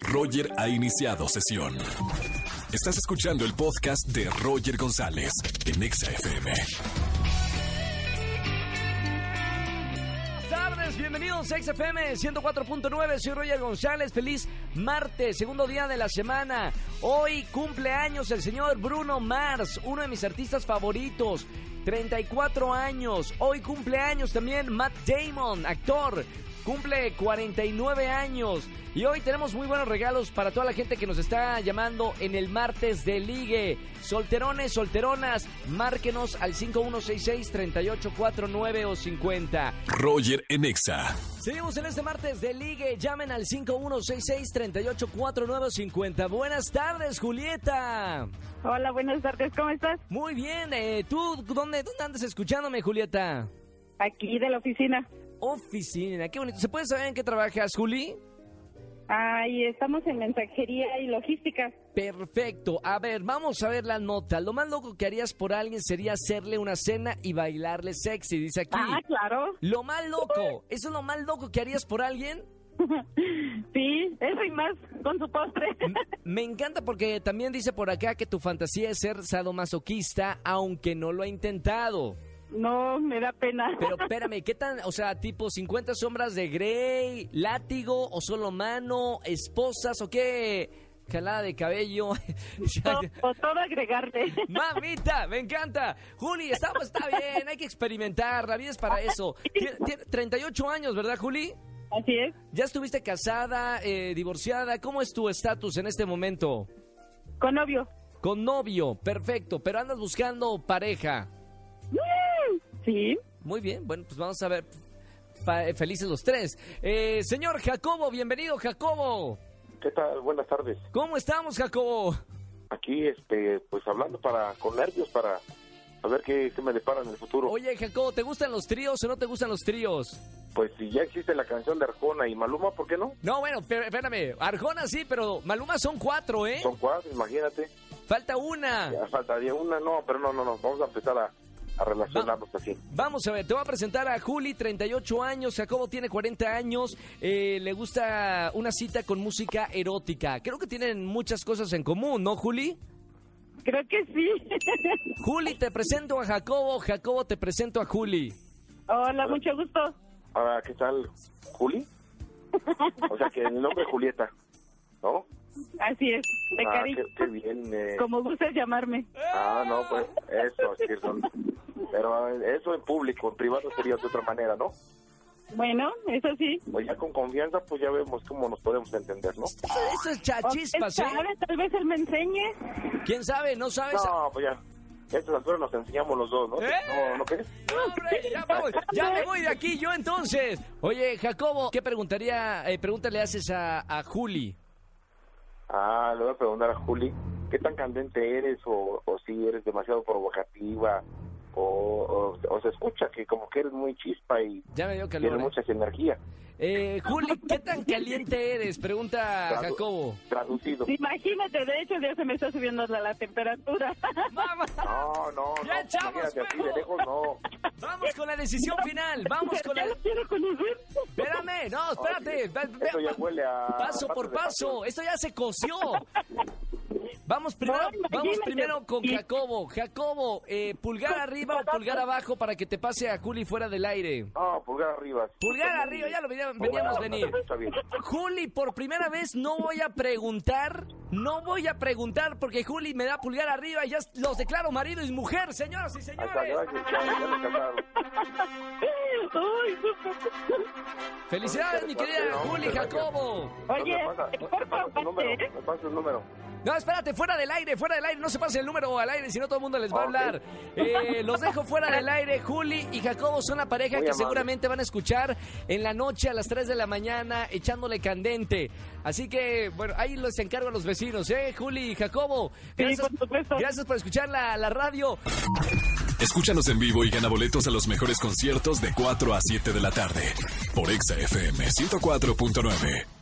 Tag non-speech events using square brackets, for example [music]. Roger ha iniciado sesión. Estás escuchando el podcast de Roger González en EXA-FM. Buenas tardes, bienvenidos a XFM 104.9, soy Roger González, feliz martes, segundo día de la semana. Hoy cumpleaños el señor Bruno Mars, uno de mis artistas favoritos, 34 años. Hoy cumpleaños también Matt Damon, actor, cumple 49 años. Y hoy tenemos muy buenos regalos para toda la gente que nos está llamando en el martes de ligue. Solterones, solteronas, márquenos al 5166-3849 o 50. Roger en EXA. Seguimos en este martes de ligue. Llamen al 5166-3849-50. Buenas tardes, Julieta. Hola, buenas tardes, ¿cómo estás? Muy bien. eh, ¿Tú dónde, dónde andas escuchándome, Julieta? Aquí de la oficina. Oficina. Qué bonito. ¿Se puede saber en qué trabajas, Juli? Ay, estamos en mensajería y logística. Perfecto. A ver, vamos a ver la nota. Lo más loco que harías por alguien sería hacerle una cena y bailarle sexy, dice aquí. Ah, claro. Lo más loco. ¿Eso es lo más loco que harías por alguien? Sí, eso y más con su postre. M- Me encanta porque también dice por acá que tu fantasía es ser sadomasoquista, aunque no lo ha intentado. [laughs] No, me da pena. [laughs] Pero [laughs] espérame, ¿qué tan? O sea, tipo 50 sombras de Grey, látigo o solo mano, esposas o qué? Jalada de cabello. [laughs] Ya, O, ya. o [laughs] todo agregarle. Mamita, me encanta. Juli, está, está bien, hay que experimentar, la vida es para eso. Tiene, tiene 38 años, ¿verdad, Juli? Así es. ¿Ya estuviste casada, eh, divorciada? ¿Cómo es tu estatus en este momento? Con novio. Con novio, perfecto, pero andas buscando pareja. Sí. Muy bien, bueno, pues vamos a ver. Fa- eh, felices los tres. Eh, señor Jacobo, bienvenido, Jacobo. ¿Qué tal? Buenas tardes. ¿Cómo estamos, Jacobo? Aquí, este, pues hablando para con nervios para saber qué se me depara en el futuro. Oye, Jacobo, ¿te gustan los tríos o no te gustan los tríos? Pues si ya existe la canción de Arjona y Maluma, ¿por qué no? No, bueno, pe- espérame. Arjona sí, pero Maluma son cuatro, ¿eh? Ah. Son cuatro, imagínate. Falta una. Ya faltaría una, no, pero no, no, no. Vamos a empezar a, a relacionarnos así. Vamos a ver, te voy a presentar a Juli, 38 años, Jacobo tiene 40 años, eh, le gusta una cita con música erótica. Creo que tienen muchas cosas en común, ¿no, Juli? Creo que sí. [laughs] Juli, te presento a Jacobo, Jacobo, te presento a Juli. Ah. Hola, mucho gusto. Ahora, ¿qué tal? ¿Juli? O sea, que el nombre es Julieta, ¿no? Así es. De ah, cariño. qué, qué bien. eh. Como gustes llamarme. Ah, no, pues eso, sí, son- Pero eh, eso en público, en privado sería de otra manera, ¿no? Bueno, eso sí. Pues ya con confianza, pues ya vemos cómo nos podemos entender, ¿no? Eso es chachispas, Él ¿eh? sabe, pues tal vez él me enseñe. ¿Quién sabe? ¿No sabes? No, pues ya. A estas alturas nos enseñamos los dos, ¿no? ¿Eh? No, ¿no crees? No, hombre, ya, me voy, ya me voy de aquí yo entonces. Oye, Jacobo, ¿qué preguntaría, eh, pregunta le haces a, a Juli? Ah, le voy a preguntar a Juli, ¿qué tan candente eres o, o si eres demasiado provocativa? O, o- o se escucha que como que eres muy chispa y Ya me dio calor. tienes ¿eh? mucha energía. Eh, Juli, ¿qué tan caliente eres? Pregunta Claro. Ah, Jacobo. Traducido. Imagínate, de hecho, ya se me está subiendo la, la temperatura. [laughs] Vamos, No, no, no. Ya echamos imagínate, así fuego. de lejos, no. vamos con la decisión final. Vamos con [laughs] ya la. lo quiero conocer. Espérame, no, espérate. va- va- Eso ya huele a... Paso por de pasión. paso. Esto ya se [laughs] coció. Vamos primero, No, imagínate. vamos primero con Jacobo. Jacobo, eh, pulgar Pues, arriba o pulgar abajo para que te pase a Juli fuera del aire. No, pulgar arriba. Pulgar arriba, ya lo venía- Muy buena veníamos onda, venir. Está bien. Juli, por primera vez no voy a preguntar, no voy a preguntar porque Juli me da pulgar arriba y ya los declaro marido y mujer, señoras y Ahí está, señores. gracias. Ya, ya me casaron. Uy, Felicidades, mi querida Juli Jacobo. Oye, ¿Dónde pasa? por Pasa tu favor, número, ¿eh? me pasa el número. No, espérate, fuera del aire, fuera del aire, no se pase el número al aire, si no todo el mundo les va a Ok. hablar. Eh, los dejo fuera [laughs] del aire, Juli y Jacobo son la pareja Muy que amable. seguramente van a escuchar en la noche a las 3 de la mañana echándole candente. Así que, bueno, ahí les encargo a los vecinos, ¿eh? Juli y Jacobo, gracias, por supuesto. gracias por escuchar la, la radio. Escúchanos en vivo y gana boletos a los mejores conciertos de 4 a 7 de la tarde por EXA-FM 104.9.